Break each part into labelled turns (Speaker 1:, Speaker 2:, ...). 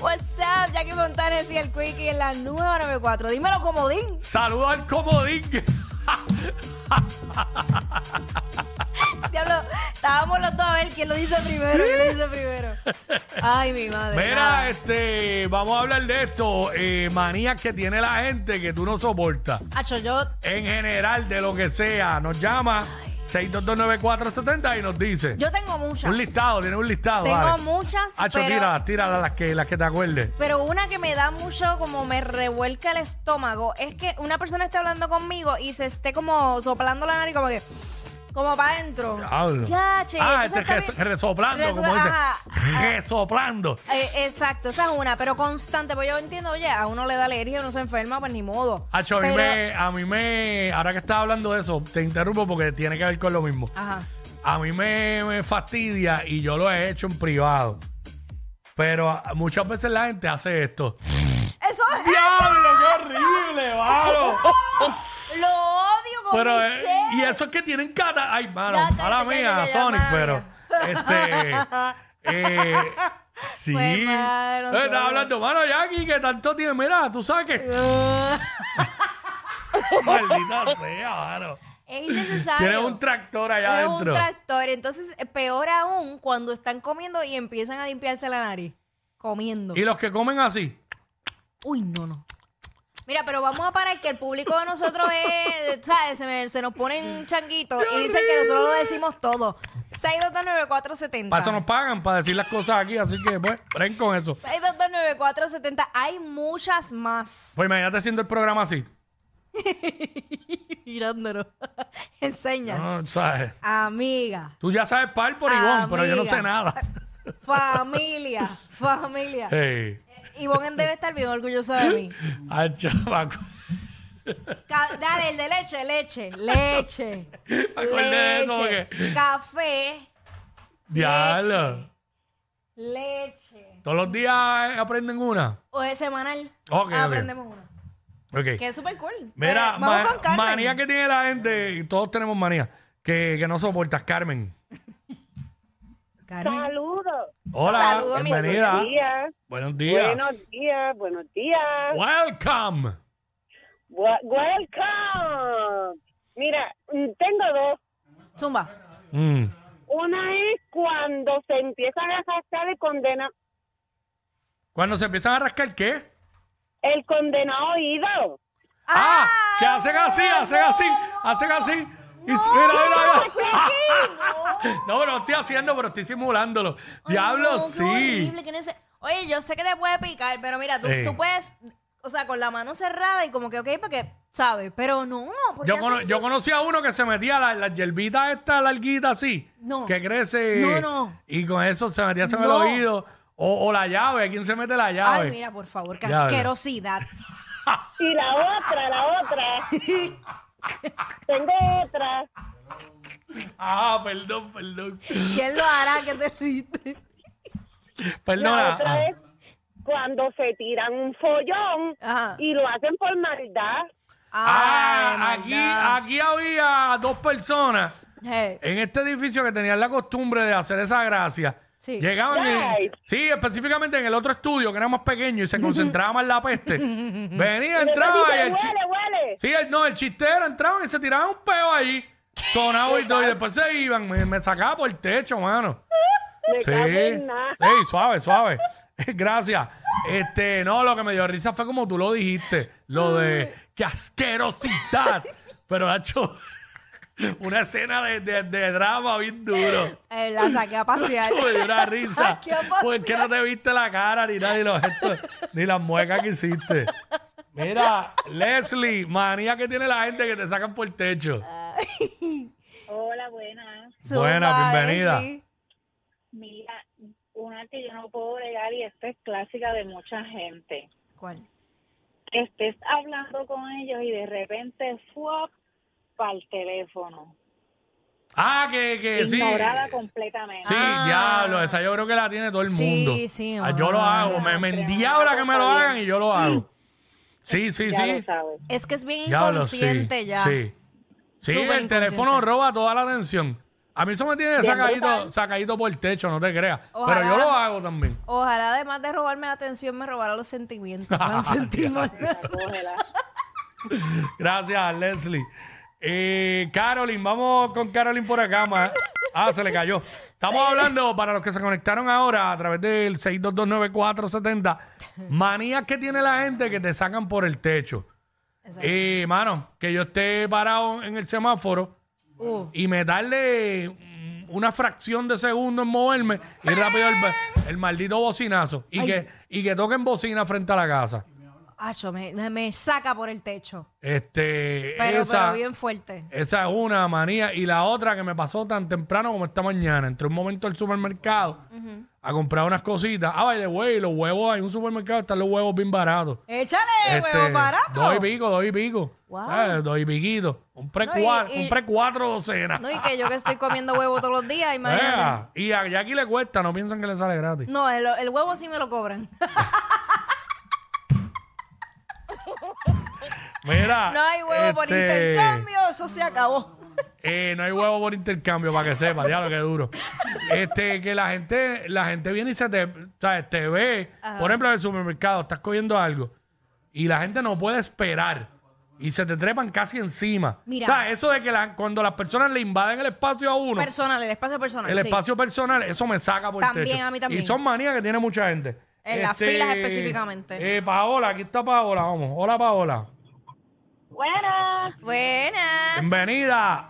Speaker 1: What's up, Jackie Fontanes y el Quickie en la nueva 94. Dímelo, Comodín.
Speaker 2: Saludo al comodín.
Speaker 1: Diablo, estábamos los dos a ver quién lo dice primero, quién lo dice primero. Ay, mi madre.
Speaker 2: Mira,
Speaker 1: nada.
Speaker 2: este, vamos a hablar de esto. eh, manías que tiene la gente que tú no soportas.
Speaker 1: Acho, yo,
Speaker 2: En general, de lo que sea. Nos llama 6229470 y nos dice.
Speaker 1: yo tengo muchas.
Speaker 2: Un listado, tiene un listado.
Speaker 1: Tengo
Speaker 2: dale.
Speaker 1: muchas,
Speaker 2: Hacho,
Speaker 1: pero-
Speaker 2: tira, tira las que, las que te acuerdes.
Speaker 1: Pero una que me da mucho, como me revuelca el estómago, es que una persona esté hablando conmigo y se esté como soplando la nariz, como que. Como para adentro.
Speaker 2: Diablo.
Speaker 1: Ya, che.
Speaker 2: ah,
Speaker 1: entonces
Speaker 2: este res-
Speaker 1: también-
Speaker 2: resoplando,
Speaker 1: Resu-
Speaker 2: como dice.
Speaker 1: ajá.
Speaker 2: Resoplando.
Speaker 1: Eh, exacto, esa es una, pero constante. Pues yo entiendo, oye, a uno le da alergia, uno se enferma, pues ni modo.
Speaker 2: Hacho, a mí,
Speaker 1: Pero-
Speaker 2: me, a mí me. Ahora que estás hablando de eso, te interrumpo porque tiene que ver con lo mismo.
Speaker 1: Ajá.
Speaker 2: A mí me, me fastidia y yo lo he hecho en privado. Pero ah, muchas veces la gente hace esto.
Speaker 1: Eso es.
Speaker 2: ¡Diablo, qué horrible, mano!
Speaker 1: Lo odio con
Speaker 2: Pero,
Speaker 1: mi
Speaker 2: eh,
Speaker 1: ser.
Speaker 2: y esos que tienen cata... Ay, mano,
Speaker 1: Ya, ya,
Speaker 2: mala
Speaker 1: ya, ya,
Speaker 2: mía,
Speaker 1: ya,
Speaker 2: Sonic,
Speaker 1: mala
Speaker 2: pero...
Speaker 1: mía.
Speaker 2: Este... eh, sí.
Speaker 1: Pues, mano,
Speaker 2: Eh,
Speaker 1: Sonic.
Speaker 2: Estaba hablando, mano, Jackie, que tanto tiene... Mira, tú sabes que... Maldita sea, mano.
Speaker 1: Es innecesario.
Speaker 2: Tienes un tractor allá
Speaker 1: Es un
Speaker 2: adentro.
Speaker 1: tractor. Entonces, eh, peor aún cuando están comiendo y empiezan a limpiarse la nariz. Comiendo.
Speaker 2: Y los que comen así.
Speaker 1: Uy, no, no. Mira, pero vamos a parar que el público de nosotros es, eh, ¿sabes? Se, me- se nos ponen changuitos y dicen que nosotros lo decimos todo. 6229470.
Speaker 2: Para eso nos pagan, para decir las cosas aquí, así que pues, ven con eso.
Speaker 1: 6229470. Hay muchas más.
Speaker 2: Pues imagínate haciendo el programa así.
Speaker 1: Mirándolo. Enseñas.
Speaker 2: No, ¿sabes?
Speaker 1: Amiga.
Speaker 2: Tú ya sabes par por Ivonne, pero yo no
Speaker 1: Ah, Amiga.
Speaker 2: sé nada.
Speaker 1: Familia, familia.
Speaker 2: Hey.
Speaker 1: Ivonne debe estar bien orgullosa de mí.
Speaker 2: Ay, chavaco.
Speaker 1: Ca- Dale, el de leche, leche, leche.
Speaker 2: Me acordé de eso
Speaker 1: leche,
Speaker 2: porque-
Speaker 1: Café,
Speaker 2: Diablo.
Speaker 1: leche.
Speaker 2: Todos los días eh, aprenden una.
Speaker 1: O es semanal.
Speaker 2: Ok, ok.
Speaker 1: Aprendemos uno.
Speaker 2: Ok.
Speaker 1: Que es súper cool.
Speaker 2: Mira,
Speaker 1: Eh,
Speaker 2: ma-
Speaker 1: vamos con Carmen.
Speaker 2: manía que tiene la gente, y todos tenemos manía, que, que no soportas, Carmen.
Speaker 1: Carmen.
Speaker 3: Saludos.
Speaker 2: Hola,
Speaker 1: Saludos, mi
Speaker 2: bienvenida.
Speaker 3: Buenos días.
Speaker 2: Buenos días.
Speaker 3: Buenos días. Buenos días.
Speaker 2: Welcome.
Speaker 3: Wa- Welcome. Mira, mm, tengo dos.
Speaker 1: Zumba.
Speaker 2: Mm.
Speaker 3: Una es cuando se empiezan a rascar el condena,
Speaker 2: Cuando se empiezan a rascar, ¿qué?
Speaker 3: el condenado oído.
Speaker 2: Ah,
Speaker 1: Ah,
Speaker 2: que hacen así, hacen así, hacen así. Y s- mira, mira, mira. No, pero no estoy haciendo, pero estoy simulándolo.
Speaker 1: No,
Speaker 2: Diablo,
Speaker 1: qué
Speaker 2: sí.
Speaker 1: horrible, que nece- Oye, yo sé que te puede picar, pero mira, tú,
Speaker 2: Eh.
Speaker 1: tú puedes, o sea, con la mano cerrada y como que, ok, porque, ¿sabes? Pero no. ¿por qué
Speaker 2: Yo, cono-
Speaker 1: haces eso?
Speaker 2: yo conocí a uno que se metía la, la hierbita esta larguita así,
Speaker 1: No.
Speaker 2: que crece.
Speaker 1: No, no.
Speaker 2: Y con eso se metía eso en
Speaker 1: No.
Speaker 2: el oído. O, o la llave, ¿quién se mete la llave?
Speaker 1: Ay, mira, por favor, qué
Speaker 2: Ya, ya.
Speaker 1: asquerosidad.
Speaker 3: Y la otra, la otra. tengo otra.
Speaker 2: Ah, perdón, perdón.
Speaker 1: ¿Quién lo hará? ¿Qué te riste?
Speaker 3: La
Speaker 2: Perdona. Ah.
Speaker 3: otra es cuando se tiran un follón
Speaker 1: Ajá.
Speaker 3: y lo hacen por maldad.
Speaker 2: Ah,
Speaker 1: Ay,
Speaker 2: aquí,
Speaker 1: maldad.
Speaker 2: aquí había dos personas
Speaker 1: Hey.
Speaker 2: en este edificio que tenían la costumbre de hacer esa gracia.
Speaker 1: Sí.
Speaker 2: Llegaban y-
Speaker 3: Right.
Speaker 2: sí, específicamente en el otro estudio que era más pequeño y se concentraba más la peste. Venía, entraba y
Speaker 3: Huele,
Speaker 2: el chi-
Speaker 3: huele.
Speaker 2: Sí, el, no, el chistero entraban y se tiraban un peo allí. Sonaba y todo, y después se iban. Me, me sacaba por el techo, mano.
Speaker 3: Me
Speaker 2: Sí.
Speaker 3: cago en nada.
Speaker 2: Ey, suave, suave. Gracias. Este, no, lo que me dio risa fue como tú lo dijiste, lo de qué asquerosidad. Pero ha hecho una escena de, de- de drama bien duro.
Speaker 1: Eh, la saqué a pasear.
Speaker 2: Tú me dio una risa.
Speaker 1: Qué emoción.
Speaker 2: Porque no te viste la cara ni nada, ni los gestos, ni las muecas que hiciste. Mira, Leslie, manía que tiene la gente que te sacan por el techo.
Speaker 3: Hola, buenas.
Speaker 1: Zumba,
Speaker 2: Buena, bienvenida.
Speaker 1: Leslie.
Speaker 3: Mira, una que yo no puedo bregar y esta es clásica de mucha gente.
Speaker 1: ¿Cuál?
Speaker 3: Estés hablando con ellos y de repente fue para el teléfono.
Speaker 2: Ah, que, que sí.
Speaker 3: Ignorada completamente.
Speaker 2: Sí, diablo, esa yo creo que la tiene todo el
Speaker 1: Ah. Sí,
Speaker 2: mundo.
Speaker 1: sí,
Speaker 2: Ah, yo lo
Speaker 1: ah.
Speaker 2: hago, me, me
Speaker 3: Tremenda
Speaker 2: endiabla que me lo
Speaker 3: compañía.
Speaker 2: hagan y yo lo
Speaker 1: Mm.
Speaker 2: hago. Sí, sí,
Speaker 3: ya lo
Speaker 2: sí.
Speaker 3: sabes.
Speaker 1: Es que es bien
Speaker 2: Diablo, sí.
Speaker 1: inconsciente ya.
Speaker 2: Sí, Sí,
Speaker 1: Súper
Speaker 2: el teléfono
Speaker 1: inconsciente.
Speaker 2: roba toda la atención. A mí eso me tiene
Speaker 3: Bien
Speaker 2: sacadito,
Speaker 3: brutal.
Speaker 2: sacadito por el techo, no te creas.
Speaker 1: Ojalá.
Speaker 2: Pero yo lo hago también.
Speaker 1: Ojalá además de robarme la atención me robara los sentimientos. para no sentir mal.
Speaker 3: Cógela.
Speaker 2: Gracias, Leslie. Eh, Carolyn, vamos con Carolyn por acá. ma- Ah, se le cayó. Estamos hablando, para los que se conectaron ahora, a través del 6229470, manías que tiene la gente que te sacan por el techo.
Speaker 1: Exacto.
Speaker 2: Eh, mano, que yo esté parado en el semáforo
Speaker 1: Uh.
Speaker 2: y me darle mm, una fracción de segundo en moverme y rápido el, el maldito bocinazo. Y que, y que toquen bocina frente a la casa.
Speaker 1: Acho, me, me- me saca por el techo.
Speaker 2: Este,
Speaker 1: Pero,
Speaker 2: esa,
Speaker 1: pero bien fuerte.
Speaker 2: Esa es una manía. Y la otra que me pasó tan temprano como esta mañana. Entré un momento al supermercado a comprar unas cositas. Ah, by the way, los huevos, hay un supermercado, están los huevos bien baratos.
Speaker 1: Échale,
Speaker 2: Este,
Speaker 1: huevo barato.
Speaker 2: Dos y pico, dos y pico.
Speaker 1: Wow.
Speaker 2: ¿Sabes? Dos y piquito. Compré,
Speaker 1: No, y-
Speaker 2: cua-
Speaker 1: y-
Speaker 2: compré cuatro docenas.
Speaker 1: No, y que yo que estoy comiendo huevo todos los días, imagínate.
Speaker 2: Ea, y a Jackie le cuesta, no piensan que le sale gratis.
Speaker 1: No, el, el huevo sí me lo cobran.
Speaker 2: Mira.
Speaker 1: No hay huevo por
Speaker 2: este,
Speaker 1: intercambio, eso se acabó.
Speaker 2: Eh, no hay huevo por intercambio, para que sepa, diablo, que duro. Este, que la gente, la gente viene y se te, ¿sabes? te ve. Por ejemplo, en el supermercado, estás cogiendo algo y la gente no puede esperar. Y se te trepan casi encima.
Speaker 1: Mira.
Speaker 2: O sea, eso de que la- cuando las personas le invaden el espacio a uno,
Speaker 1: Personal, el espacio personal.
Speaker 2: el
Speaker 1: sí.
Speaker 2: espacio personal, eso me saca por
Speaker 1: También,
Speaker 2: el techo.
Speaker 1: a mí también.
Speaker 2: Y son manías que tiene mucha gente.
Speaker 1: En
Speaker 2: Este,
Speaker 1: las filas específicamente.
Speaker 2: eh, Paola, aquí está Paola, vamos. Hola, Paola.
Speaker 3: Buenas.
Speaker 1: Buenas.
Speaker 2: Bienvenida.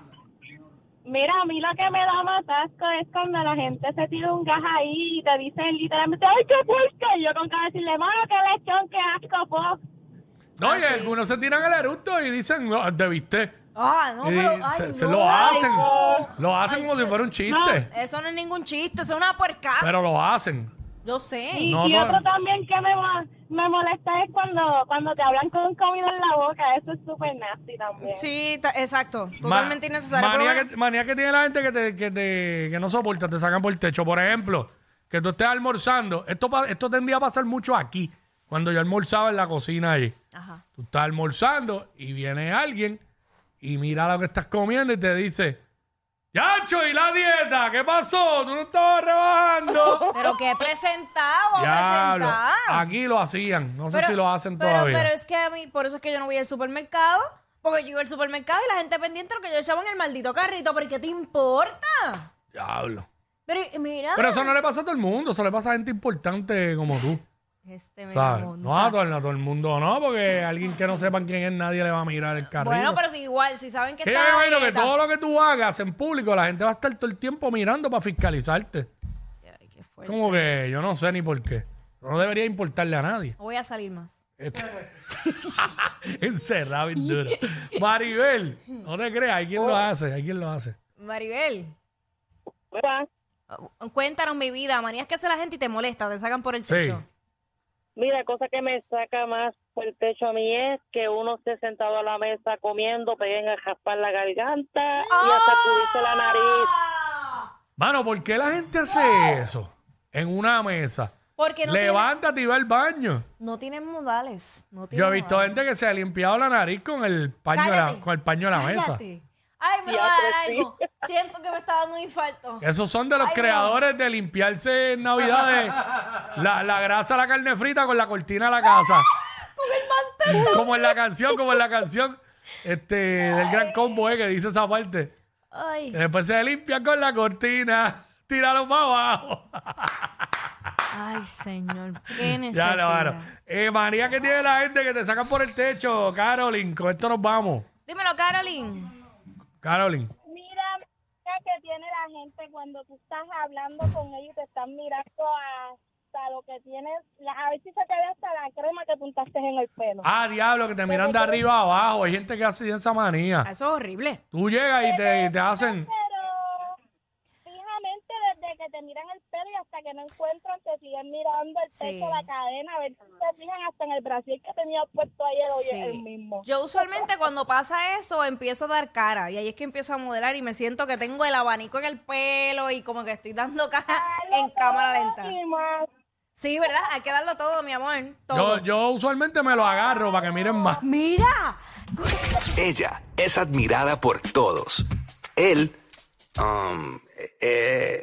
Speaker 3: Mira, a mí lo que me da más asco es cuando la gente se tira un gas ahí y te dicen literalmente, ¡ay, qué fuerte! Y yo con cara de decirle, mano, qué lechón, qué asco, po.
Speaker 2: No, y algunos se tiran el eructo y dicen, no, te viste.
Speaker 1: Ah, no,
Speaker 2: Y
Speaker 1: pero. ay,
Speaker 2: Eh, se, se
Speaker 1: no.
Speaker 2: lo hacen.
Speaker 1: Ay,
Speaker 2: Lo hacen
Speaker 1: Ay,
Speaker 2: como si
Speaker 1: qué-
Speaker 2: fuera un chiste.
Speaker 1: Eso no es ningún chiste, eso es una puerca.
Speaker 2: Pero lo hacen.
Speaker 1: yo sé.
Speaker 3: Y,
Speaker 2: No,
Speaker 3: y
Speaker 2: no.
Speaker 3: otro también que me, mo- me molesta es cuando, cuando te hablan con comida en la boca. Eso es súper nasty también.
Speaker 1: Sí, ta- exacto.
Speaker 2: Ma-
Speaker 1: Totalmente innecesario. Por lo
Speaker 2: Manía
Speaker 1: menos-
Speaker 2: que, manía que tiene la gente que, te- que, te- que no soporta, te sacan por el techo. Por ejemplo, que tú estés almorzando. Esto, pa- esto tendría a pasar mucho aquí, cuando yo almorzaba en la cocina ahí.
Speaker 1: Ajá.
Speaker 2: Tú estás almorzando y viene alguien y mira lo que estás comiendo y te dice, ¡Yacho, y la dieta! ¿Qué pasó? ¿Tú no estabas rebajando?
Speaker 1: Pero que he presentado,
Speaker 2: Diablo, Ah,
Speaker 1: presentar.
Speaker 2: aquí lo hacían. No sé si lo hacen
Speaker 1: pero,
Speaker 2: todavía.
Speaker 1: Pero es que a mí, por eso es que yo no voy al supermercado. Porque yo iba al supermercado y la gente pendiente de lo que yo echaba en el maldito carrito. ¿Pero qué te importa?
Speaker 2: Diablo.
Speaker 1: Pero eh, mira.
Speaker 2: Pero eso no le pasa a todo el mundo, eso le pasa a gente importante como tú,
Speaker 1: Este me
Speaker 2: ¿sabes?
Speaker 1: monta.
Speaker 2: No a todo, no a todo el mundo, no, porque alguien que no sepan quién es nadie le va a mirar el carrito.
Speaker 1: Bueno, pero si igual, si saben que
Speaker 2: Que
Speaker 1: está.
Speaker 2: yo me
Speaker 1: la
Speaker 2: imagino que
Speaker 1: dieta.
Speaker 2: todo lo que tú hagas en público, la gente va a estar todo el tiempo mirando para fiscalizarte.
Speaker 1: Ay, qué fuerte.
Speaker 2: Como que yo no sé ni por qué. No debería importarle a nadie.
Speaker 1: No voy a salir más.
Speaker 2: Este- Encerrado bien duro. Maribel, no te creas, hay quien lo hace, hay quien lo hace.
Speaker 1: Maribel,
Speaker 3: Buenas.
Speaker 1: oh, cuéntanos mi vida. Manías que hace la gente y te molesta, te sacan por el
Speaker 2: Sí.
Speaker 1: techo.
Speaker 3: Mira, cosa que me saca más por el pecho a mí es que uno esté sentado a la mesa comiendo, peguen a raspar la garganta y a sacudirse la nariz.
Speaker 2: Mano, ¿por qué la gente hace eso en una mesa?
Speaker 1: Porque no tiene-
Speaker 2: Levántate y va al baño.
Speaker 1: No tienen modales. No tienen
Speaker 2: Yo he visto
Speaker 1: modales.
Speaker 2: gente que se ha limpiado la nariz con el paño, de la,
Speaker 1: Cállate.
Speaker 2: con el paño de la mesa.
Speaker 1: Cállate. Ay, me va a dar algo. Siento que me está dando un infarto.
Speaker 2: Esos son de los
Speaker 1: Ay, no.
Speaker 2: creadores de limpiarse en Navidades la, la grasa de la carne frita con la cortina de la casa. como en la canción, como en la canción este, del gran combo eh, que dice esa parte.
Speaker 1: Ay.
Speaker 2: Eh. Que después se limpia con la cortina. Tíralo para abajo.
Speaker 1: Ay, señor, qué
Speaker 2: Ya,
Speaker 1: necesidad.
Speaker 2: la mano. Eh, María, que tiene la gente que te sacan por el techo? Carolyn, con esto nos vamos.
Speaker 1: Dímelo, Caroline.
Speaker 2: Carolyn.
Speaker 3: Mira mira que tiene la gente cuando tú estás hablando con ellos y te están mirando hasta lo que tienes, la- a ver si se te ve hasta la crema que puntaste en el pelo.
Speaker 2: Ah, diablo, que te miran de arriba a abajo. Hay gente que hace esa manía.
Speaker 1: Eso es horrible.
Speaker 2: Tú llegas y te, y te hacen.
Speaker 3: Pero fijamente desde que te miran el pelo y hasta que no encuentran te siguen mirando el
Speaker 1: Sí.
Speaker 3: pecho, la cadena, a ver si te fijan hasta en el brasil que tenía puesto ayer hoy es
Speaker 1: Sí.
Speaker 3: el mismo.
Speaker 1: Yo usualmente cuando pasa eso empiezo a dar cara y ahí es que empiezo a modelar y me siento que tengo el abanico en el pelo y como que estoy dando cara
Speaker 3: Ah,
Speaker 1: en cámara lenta.
Speaker 3: Y más.
Speaker 1: Sí, ¿verdad? Hay que darlo todo, mi amor. Todo.
Speaker 2: Yo, yo usualmente me lo agarro para que miren más.
Speaker 1: Mira.
Speaker 4: Ella es admirada por todos. Él, um, eh,